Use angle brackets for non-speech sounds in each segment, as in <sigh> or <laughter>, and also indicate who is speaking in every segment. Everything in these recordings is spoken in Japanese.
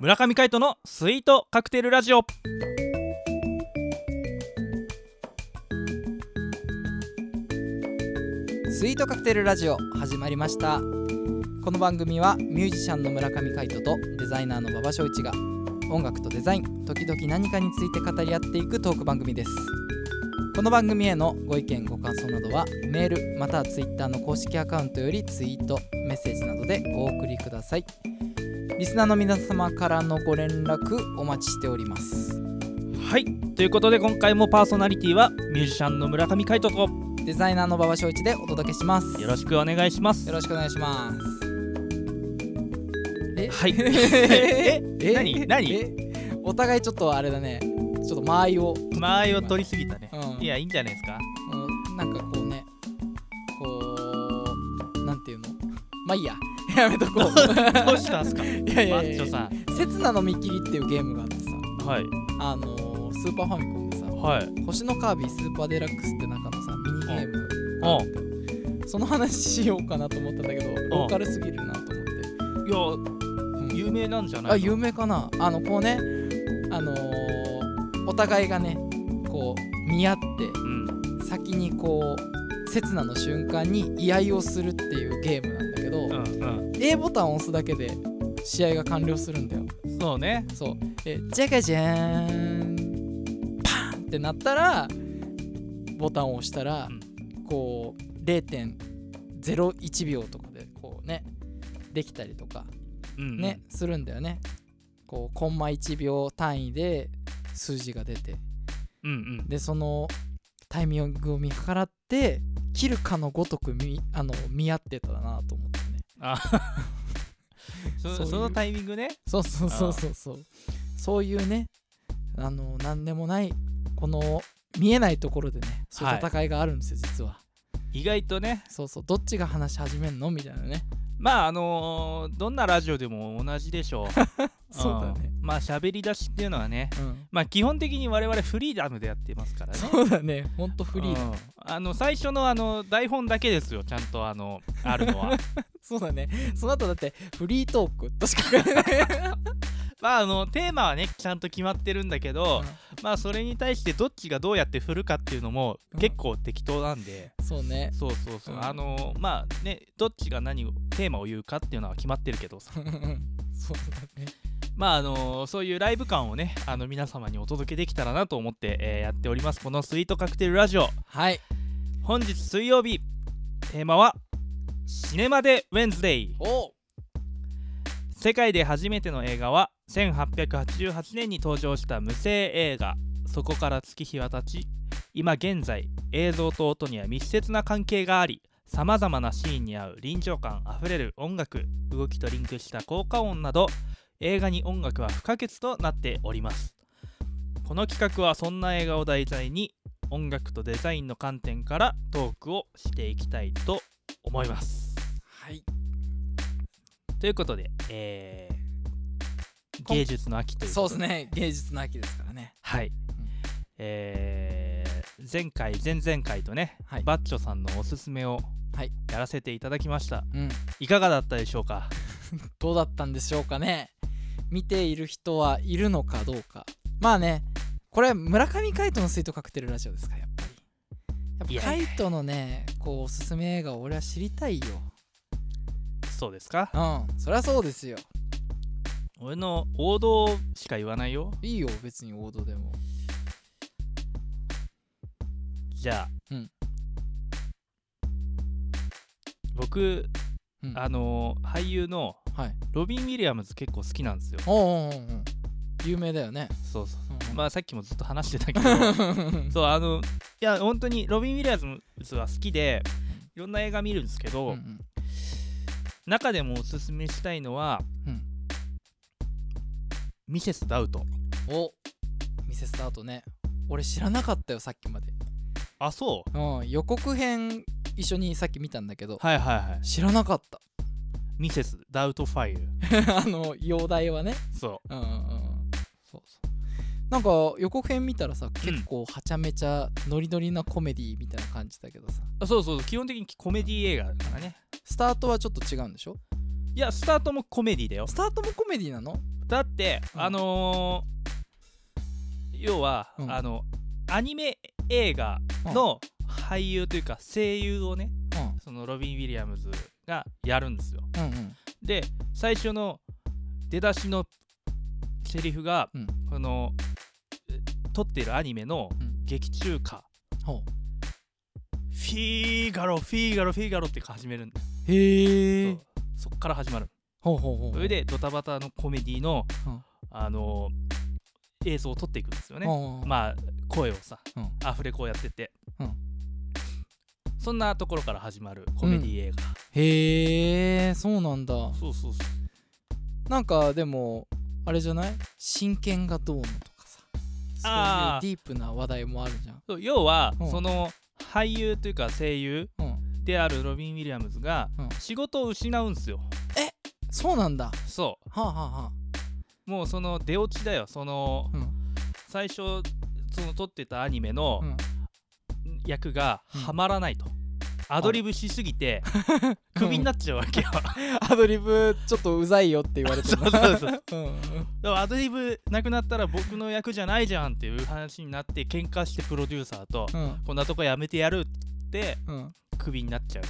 Speaker 1: 村上海人のスイートカクテルラジオ
Speaker 2: スイートカクテルラジオ始まりましたこの番組はミュージシャンの村上海人とデザイナーの馬場翔一が音楽とデザイン時々何かについて語り合っていくトーク番組ですこの番組へのご意見ご感想などはメールまたはツイッターの公式アカウントよりツイートメッセージなどでお送りくださいリスナーの皆様からのご連絡お待ちしております
Speaker 1: はいということで今回もパーソナリティはミュージシャンの村上海人と
Speaker 2: デザイナーの馬場翔一でお届けします
Speaker 1: よろしくお願いします
Speaker 2: よろしくお願いします。え
Speaker 1: はい
Speaker 2: <laughs> え
Speaker 1: え何何
Speaker 2: えお互いちょっとあれだね。ちょっと間合いを。
Speaker 1: 間合いを取りすぎたね
Speaker 2: うん
Speaker 1: いやいいんじゃないですか
Speaker 2: うんなんかこうね、こう、なんていうのまあいいや。 <laughs> やめとこう。
Speaker 1: <laughs> どうしたんすか
Speaker 2: いやい
Speaker 1: マ
Speaker 2: やい
Speaker 1: ッチ
Speaker 2: や
Speaker 1: ョさん
Speaker 2: 刹那の見切りっていうゲームがあってさ、
Speaker 1: はい
Speaker 2: あのー、スーパーファミコンでさ、
Speaker 1: はい
Speaker 2: 星のカービィスーパーデラックスって中のさ、ミニゲームがあ
Speaker 1: う
Speaker 2: って、その話しようかなと思ったんだけど、ローカルすぎるなと思って。
Speaker 1: いや
Speaker 2: うん
Speaker 1: 有名なんじゃないの
Speaker 2: あ有名かなあのこうねあのーお互いがねこう見合って
Speaker 1: うん
Speaker 2: 先にこう刹那の瞬間に居合をするっていうゲームなんだけど、
Speaker 1: うん
Speaker 2: A ボタンを押すだけで試合が完了するんだよ
Speaker 1: うんそうね
Speaker 2: そうえじゃがじゃーんパーンってなったらボタンを押したら、こう0.01秒とかでこうねできたりとか
Speaker 1: うん
Speaker 2: ね、するんだよねこうコンマ1秒単位で数字が出て
Speaker 1: うんうん
Speaker 2: でそのタイミングを見計らって切るかのごとく見あの見合ってたなと思ってね
Speaker 1: あそ
Speaker 2: そういう
Speaker 1: そのタイミングね
Speaker 2: そうそうそうそうそうそういうねあの何でもないこの見えないところでねそういう
Speaker 1: はい
Speaker 2: 戦いがあるんですよ、実は
Speaker 1: 意外とね
Speaker 2: そうそうどっちが話し始めんのみたいなね
Speaker 1: まああのーどんなラジオでも同じで <laughs> しょう
Speaker 2: そうだね
Speaker 1: んまあ喋り出しっていうのはね
Speaker 2: うん
Speaker 1: まあ基本的に我々フリーダムでやってますからね
Speaker 2: そうだねほんとフリーだ、
Speaker 1: うんあの最初のあの台本だけですよちゃんとあ
Speaker 2: <laughs>
Speaker 1: のあるのは
Speaker 2: そうだねその後だってフリートークとしか書いてない
Speaker 1: まああのテーマはねちゃんと決まってるんだけど、まあそれに対してどっちがどうやって振るかっていうのも
Speaker 2: うん
Speaker 1: 結構適当なんで、
Speaker 2: そうね <laughs>
Speaker 1: そうそうそう、
Speaker 2: うん
Speaker 1: あのまあねどっちが何をテーマを言うかっていうのは決まってるけどさ
Speaker 2: そうだね。
Speaker 1: まああのそういうライブ感をねあの皆様にお届けできたらなと思って、えーやっておりますこのスイートカクテルラジオ
Speaker 2: はい。
Speaker 1: 本日水曜日テーマは「シネマでウェンズデイ」
Speaker 2: お
Speaker 1: 世界で初めての映画は1888年に登場した無声映画そこから月日は経ち今現在映像と音には密接な関係がありさまざまなシーンに合う臨場感あふれる音楽動きとリンクした効果音など映画に音楽は不可欠となっておりますこの企画はそんな映画を題材に音楽とデザインの観点からトークをしていきたいと思います
Speaker 2: はい。
Speaker 1: ということで、えー
Speaker 2: こん
Speaker 1: 芸術の秋という
Speaker 2: そ
Speaker 1: こ
Speaker 2: う
Speaker 1: と
Speaker 2: ですね。芸術の秋ですからね。
Speaker 1: はい、えー前回前々回とね、
Speaker 2: はい
Speaker 1: バッチョさんのおすすめを
Speaker 2: はい
Speaker 1: やらせていただきました、
Speaker 2: うん。
Speaker 1: い、かがだったでしょうか
Speaker 2: どうだったんでしょうかね。見ている人はいるのかどうか。まあね、これ村上海人のスイートカクテルラジオですからやっぱ
Speaker 1: い
Speaker 2: り。や
Speaker 1: や
Speaker 2: っ
Speaker 1: いや
Speaker 2: ぱ
Speaker 1: い
Speaker 2: 海
Speaker 1: や
Speaker 2: 人のね、こうおすすめ映画を俺は知りたいよ。
Speaker 1: そうですか
Speaker 2: うん。そりゃそうですよ。
Speaker 1: 俺の王道しか言わないよ
Speaker 2: いいよ別に王道でも。
Speaker 1: じゃあ、
Speaker 2: うん
Speaker 1: 僕
Speaker 2: うん、
Speaker 1: あのー俳優の
Speaker 2: はい。
Speaker 1: ロビン・ウィリアムズ結構好きなんですよ
Speaker 2: おうおうおうおう有名だよね。
Speaker 1: そうそう
Speaker 2: うん
Speaker 1: まあさっきもずっと話してたけ
Speaker 2: <laughs>
Speaker 1: どそうあのいや本当にロビン・ウィリアムズは好きでいろんな映画見るんですけど、
Speaker 2: うんうん
Speaker 1: 中でもおすすめしたいのは
Speaker 2: うん。
Speaker 1: ミセス・ダウト
Speaker 2: おミセスタートね俺知らなかったよさっきまで、
Speaker 1: あそう
Speaker 2: うん、予告編一緒にさっき見たんだけど、
Speaker 1: はいはいはい
Speaker 2: 知らなかった
Speaker 1: ミセス・
Speaker 2: <laughs>
Speaker 1: ダウト・ファイル
Speaker 2: あの容体はね
Speaker 1: そ
Speaker 2: うんうんうんそうそうなんか予告編見たらさ結構はちゃめちゃノリノリなコメディみたいな感じだけどさ
Speaker 1: あそうそうそう基本的にコメディ映画だからね
Speaker 2: スタートはちょっと違うんでしょ
Speaker 1: いやスタートもコメディだよ
Speaker 2: スタートもコメディなの
Speaker 1: だって
Speaker 2: うん
Speaker 1: あのー要は、
Speaker 2: うん
Speaker 1: あのアニメ映画の俳優というか声優をね
Speaker 2: う
Speaker 1: そのロビン・ウィリアムズがやるんですよ
Speaker 2: んうんうん
Speaker 1: で最初の出だしのセリフが、
Speaker 2: うん
Speaker 1: このえ撮ってるアニメの
Speaker 2: うん
Speaker 1: 劇中歌「
Speaker 2: ほ
Speaker 1: フィーガロフィーガロフィーガロ」って始めるんだよ
Speaker 2: うへえ
Speaker 1: そうそっから始まる
Speaker 2: ほうほうほう
Speaker 1: それでドタバタのコメディの、
Speaker 2: うん
Speaker 1: あの映像を撮っていくんですよね、
Speaker 2: ほう
Speaker 1: まあ声をさ、
Speaker 2: うん
Speaker 1: アフレコをやってて、
Speaker 2: うん
Speaker 1: そんなところから始まるコメディ映画、
Speaker 2: へえそうなんだ
Speaker 1: そうそうそう
Speaker 2: なんかでもあれじゃない真剣がどうのとかさ
Speaker 1: あー
Speaker 2: そういうディープな話題もあるじゃん
Speaker 1: そう要は、
Speaker 2: うん
Speaker 1: その俳優というか声優
Speaker 2: うん
Speaker 1: であるロビン・ウィリアムズが
Speaker 2: うん
Speaker 1: 仕事を失うんですよ、
Speaker 2: そうなんだは
Speaker 1: そ
Speaker 2: あ、はあは
Speaker 1: うもうその出落ちだよその
Speaker 2: あ、うん
Speaker 1: 最初その撮ってたアニメの
Speaker 2: うん、
Speaker 1: 役が
Speaker 2: うん
Speaker 1: ハマらないと、アドリブしすぎ
Speaker 2: <laughs>
Speaker 1: てクビになっちゃうわけよ
Speaker 2: アドリブちょっとうざいよって言われて
Speaker 1: <laughs>
Speaker 2: <laughs>
Speaker 1: そう
Speaker 2: る
Speaker 1: そうそう
Speaker 2: うんうん
Speaker 1: でもアドリブなくなったら僕の役じゃないじゃんっていう話になって喧嘩してプロデューサーと
Speaker 2: うん
Speaker 1: こんなとこやめてやるって
Speaker 2: うん
Speaker 1: クビになっちゃう、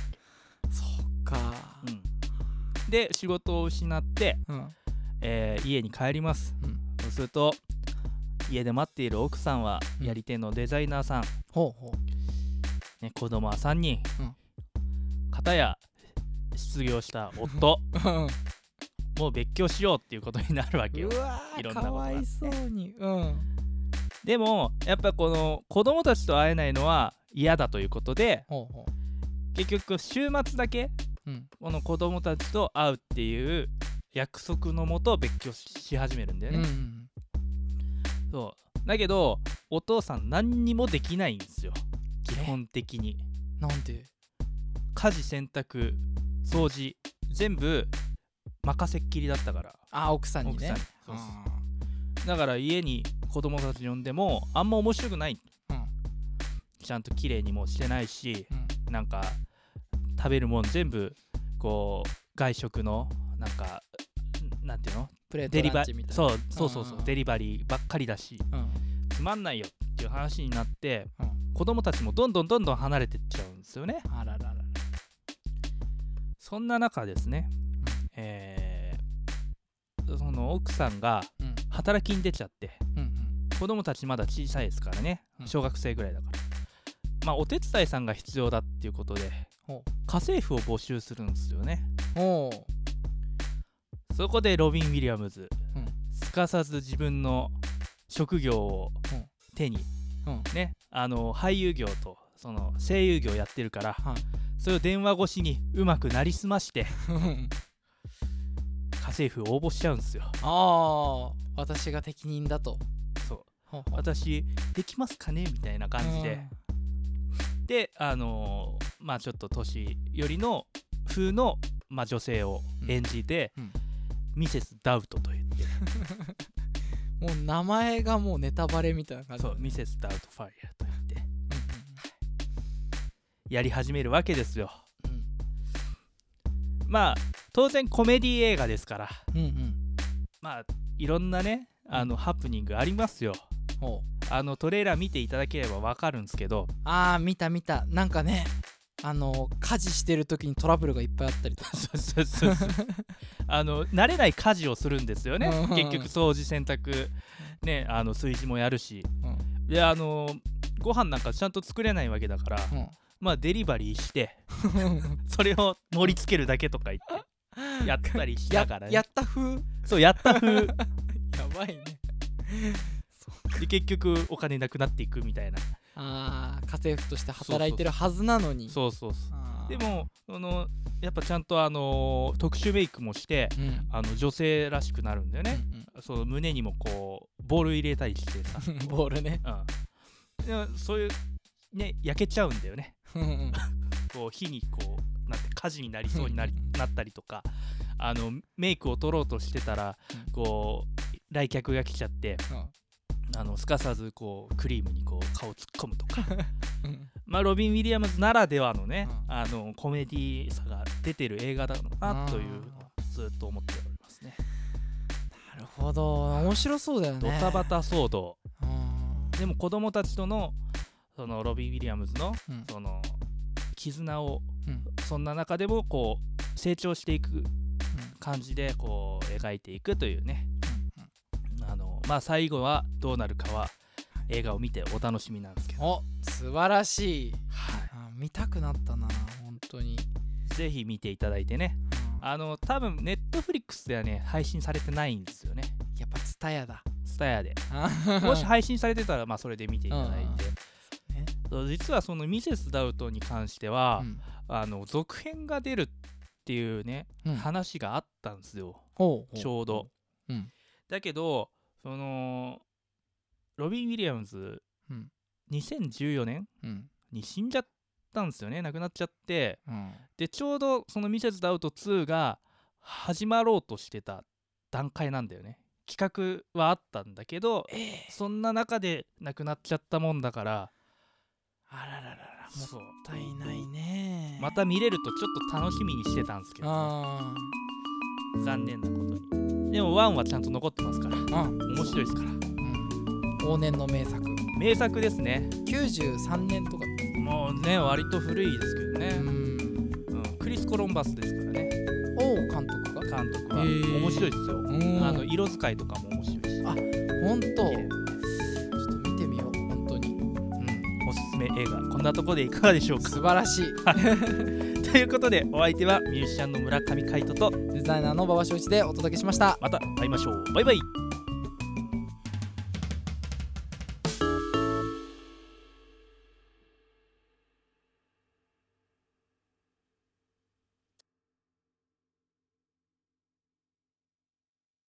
Speaker 2: そっか
Speaker 1: うんで仕事を失って、
Speaker 2: うん
Speaker 1: えー家に帰ります、
Speaker 2: うん
Speaker 1: そうすると家で待っている奥さんは
Speaker 2: うん
Speaker 1: やり手のデザイナーさん、
Speaker 2: ほうほ
Speaker 1: ね、子供は3人、
Speaker 2: うん
Speaker 1: 片や失業した夫
Speaker 2: <laughs> う
Speaker 1: もう別居しようっていうことになるわけよ
Speaker 2: うわ
Speaker 1: いろ
Speaker 2: ー
Speaker 1: んな
Speaker 2: か
Speaker 1: ことが
Speaker 2: わいそうにうん
Speaker 1: でもやっぱこの子供たちと会えないのは嫌だということで
Speaker 2: ほうほ
Speaker 1: 結局週末だけ
Speaker 2: ううん
Speaker 1: この子供たちと会うっていう約束のもと別居し始めるんだよ
Speaker 2: う
Speaker 1: ね、
Speaker 2: ん
Speaker 1: そうだけどお父さん何にもできないんですよ基本的に
Speaker 2: なんで
Speaker 1: 家事洗濯掃除全部任せっきりだったから
Speaker 2: あ奥さんに
Speaker 1: 奥さ
Speaker 2: ね
Speaker 1: んにそうそうだから家に子供たち呼んでもあんま面白くない
Speaker 2: うんうん
Speaker 1: ちゃんと綺麗にもしてないしなんか食べるもん全部こう外食のなんかんなんていうの
Speaker 2: プレー
Speaker 1: デ
Speaker 2: ト
Speaker 1: リ
Speaker 2: ラ
Speaker 1: バ
Speaker 2: ンチみたいな
Speaker 1: そうそうそうそう
Speaker 2: うん
Speaker 1: デリバリーばっかりだし
Speaker 2: うん
Speaker 1: つまんないよっていう話になって、
Speaker 2: うん
Speaker 1: 子供たちもどんどんどんどん離れてっちゃうんですよね
Speaker 2: あらららら
Speaker 1: そんな中ですね、えーその奥さんが
Speaker 2: うん
Speaker 1: 働きに出ちゃって
Speaker 2: うん
Speaker 1: 子供たちまだ小さいですからね
Speaker 2: うん
Speaker 1: 小学生ぐらいだから、まあお手伝いさんが必要だっていうことで
Speaker 2: ほ
Speaker 1: 家政婦を募集するんですよね
Speaker 2: うんほ
Speaker 1: そこでロビン・ウィリアムズ、
Speaker 2: うん
Speaker 1: すかさず自分の職業を
Speaker 2: うん
Speaker 1: 手に、
Speaker 2: うん
Speaker 1: ねあの俳優業とその声優業やってるから、
Speaker 2: はい
Speaker 1: それを電話越しにうまくなりすまして
Speaker 2: ううん
Speaker 1: 家政婦を応募しちゃうんですよ
Speaker 2: ああ私が適任だと
Speaker 1: そう
Speaker 2: ほうほう
Speaker 1: 私できますかねみたいな感じで、であのーまあちょっと年寄りの風の、まあ、女性を演じて、
Speaker 2: うんうん
Speaker 1: ミセス・ダウトと言って
Speaker 2: うんもう名前がもうネタバレみたいな感じ
Speaker 1: そうミセス・ダウト・ファイアと言ってやり始めるわけですよまあ当然コメディ映画ですから
Speaker 2: うんうんうんうん
Speaker 1: まあいろんなねあのハプニングありますよ
Speaker 2: ほう
Speaker 1: あのトレーラー見ていただければわかるんですけ
Speaker 2: <laughs>
Speaker 1: ど
Speaker 2: ああ見た見たなんかねあの家事してる時にトラブルがいっぱいあった
Speaker 1: <laughs>
Speaker 2: りとか
Speaker 1: そうそうそうそうあの慣れない家事をするんですよね
Speaker 2: うん
Speaker 1: 結局掃除洗濯ねあの炊事もやるし
Speaker 2: うん
Speaker 1: であのご飯なんかちゃんと作れないわけだから、まあデリバリー
Speaker 2: <laughs>
Speaker 1: して
Speaker 2: うん
Speaker 1: それを盛り付けるだけとか言ってやったりしたからね
Speaker 2: ややった風
Speaker 1: そうやった風
Speaker 2: やばいね
Speaker 1: で結局お金なくなっていくみたいな
Speaker 2: ああ家政婦として働いてるはずなのに
Speaker 1: そうそうそう
Speaker 2: あ
Speaker 1: で
Speaker 2: ー
Speaker 1: もそのやっぱちゃんとあの特殊メイクもして
Speaker 2: うん
Speaker 1: あの女性らしくなるんだよね、
Speaker 2: うん
Speaker 1: その胸にもこうボール入れたりしてさ、
Speaker 2: うんボールね
Speaker 1: うん、でもそういうね焼けちゃうんだよね
Speaker 2: う
Speaker 1: <laughs>
Speaker 2: んうん
Speaker 1: こう火にこうなんて火事になりそうになり
Speaker 2: うん
Speaker 1: なったりとかあのメイクを取ろうとしてたら
Speaker 2: うん
Speaker 1: こう来客が来ちゃってあのすかさずこうクリームにこう顔突っ込むとか、
Speaker 2: うん
Speaker 1: まあ、ロビン・ウィリアムズならではのね、
Speaker 2: うん
Speaker 1: あのコメディさが出てる映画だろうなというのをずっと思っておりますね。
Speaker 2: なるほど面白そうだよね
Speaker 1: ドタバタ騒動
Speaker 2: うん
Speaker 1: でも子供たちとのそのロビン・ウィリアムズの
Speaker 2: うん
Speaker 1: その絆を
Speaker 2: うん
Speaker 1: そんな中でもこう成長していく感じでこう描いていくというねあのまあ最後はどうなるかは映画を見てお楽しみなんですけど、
Speaker 2: お素晴らしい
Speaker 1: は
Speaker 2: あ見たくなったな本当に、
Speaker 1: い、ぜひ見ていただいてね
Speaker 2: うん
Speaker 1: あの多分ネットフリックスではね配信されてないんですよね
Speaker 2: やっぱツタヤだ
Speaker 1: TSUTAYA
Speaker 2: <laughs>
Speaker 1: でも
Speaker 2: も
Speaker 1: し配信されてたらまあそれで見ていただいて、
Speaker 2: ね
Speaker 1: そう実はそのミセス・ダウトに関しては、
Speaker 2: うん
Speaker 1: あの続編が出るっていうね、
Speaker 2: うん
Speaker 1: 話があったんですよ
Speaker 2: ほう
Speaker 1: ちょうど、
Speaker 2: うん
Speaker 1: だけどそのロビン・ウィリアムズ、
Speaker 2: うん
Speaker 1: 2014年
Speaker 2: うん
Speaker 1: に死んじゃったんですよね亡くなっちゃって
Speaker 2: うん
Speaker 1: でちょうどその「ミセス・ダウト2」が始まろうとしてた段階なんだよね企画はあったんだけどそんな中で亡くなっちゃったもんだから
Speaker 2: あららららもっ
Speaker 1: そう
Speaker 2: たいないね
Speaker 1: また見れるとちょっと楽しみにしてたんですけどね、
Speaker 2: あ
Speaker 1: 残念なことにでも1はちゃんと残ってますから
Speaker 2: ーうん
Speaker 1: 面白いですから
Speaker 2: 往年の名作
Speaker 1: 名作ですね
Speaker 2: 93年とか
Speaker 1: もうね割と古いですけど
Speaker 2: う
Speaker 1: ね、
Speaker 2: ん
Speaker 1: うん、クリス・コロンバスですからね
Speaker 2: 王監督が
Speaker 1: 監督は
Speaker 2: へー
Speaker 1: 面白いですよ
Speaker 2: うん
Speaker 1: あの色使いとかも面白いし、
Speaker 2: 本当ち
Speaker 1: 綺麗
Speaker 2: ょっと見てみよう本当に
Speaker 1: うん、おすすめ映画こんなとこでいかがでしょう <laughs> か
Speaker 2: 素晴らしい
Speaker 1: ということでお相手はミュージシャンの村上海人と
Speaker 2: デザイナーの馬場翔一でお届けしました
Speaker 1: また会いましょうバイバイ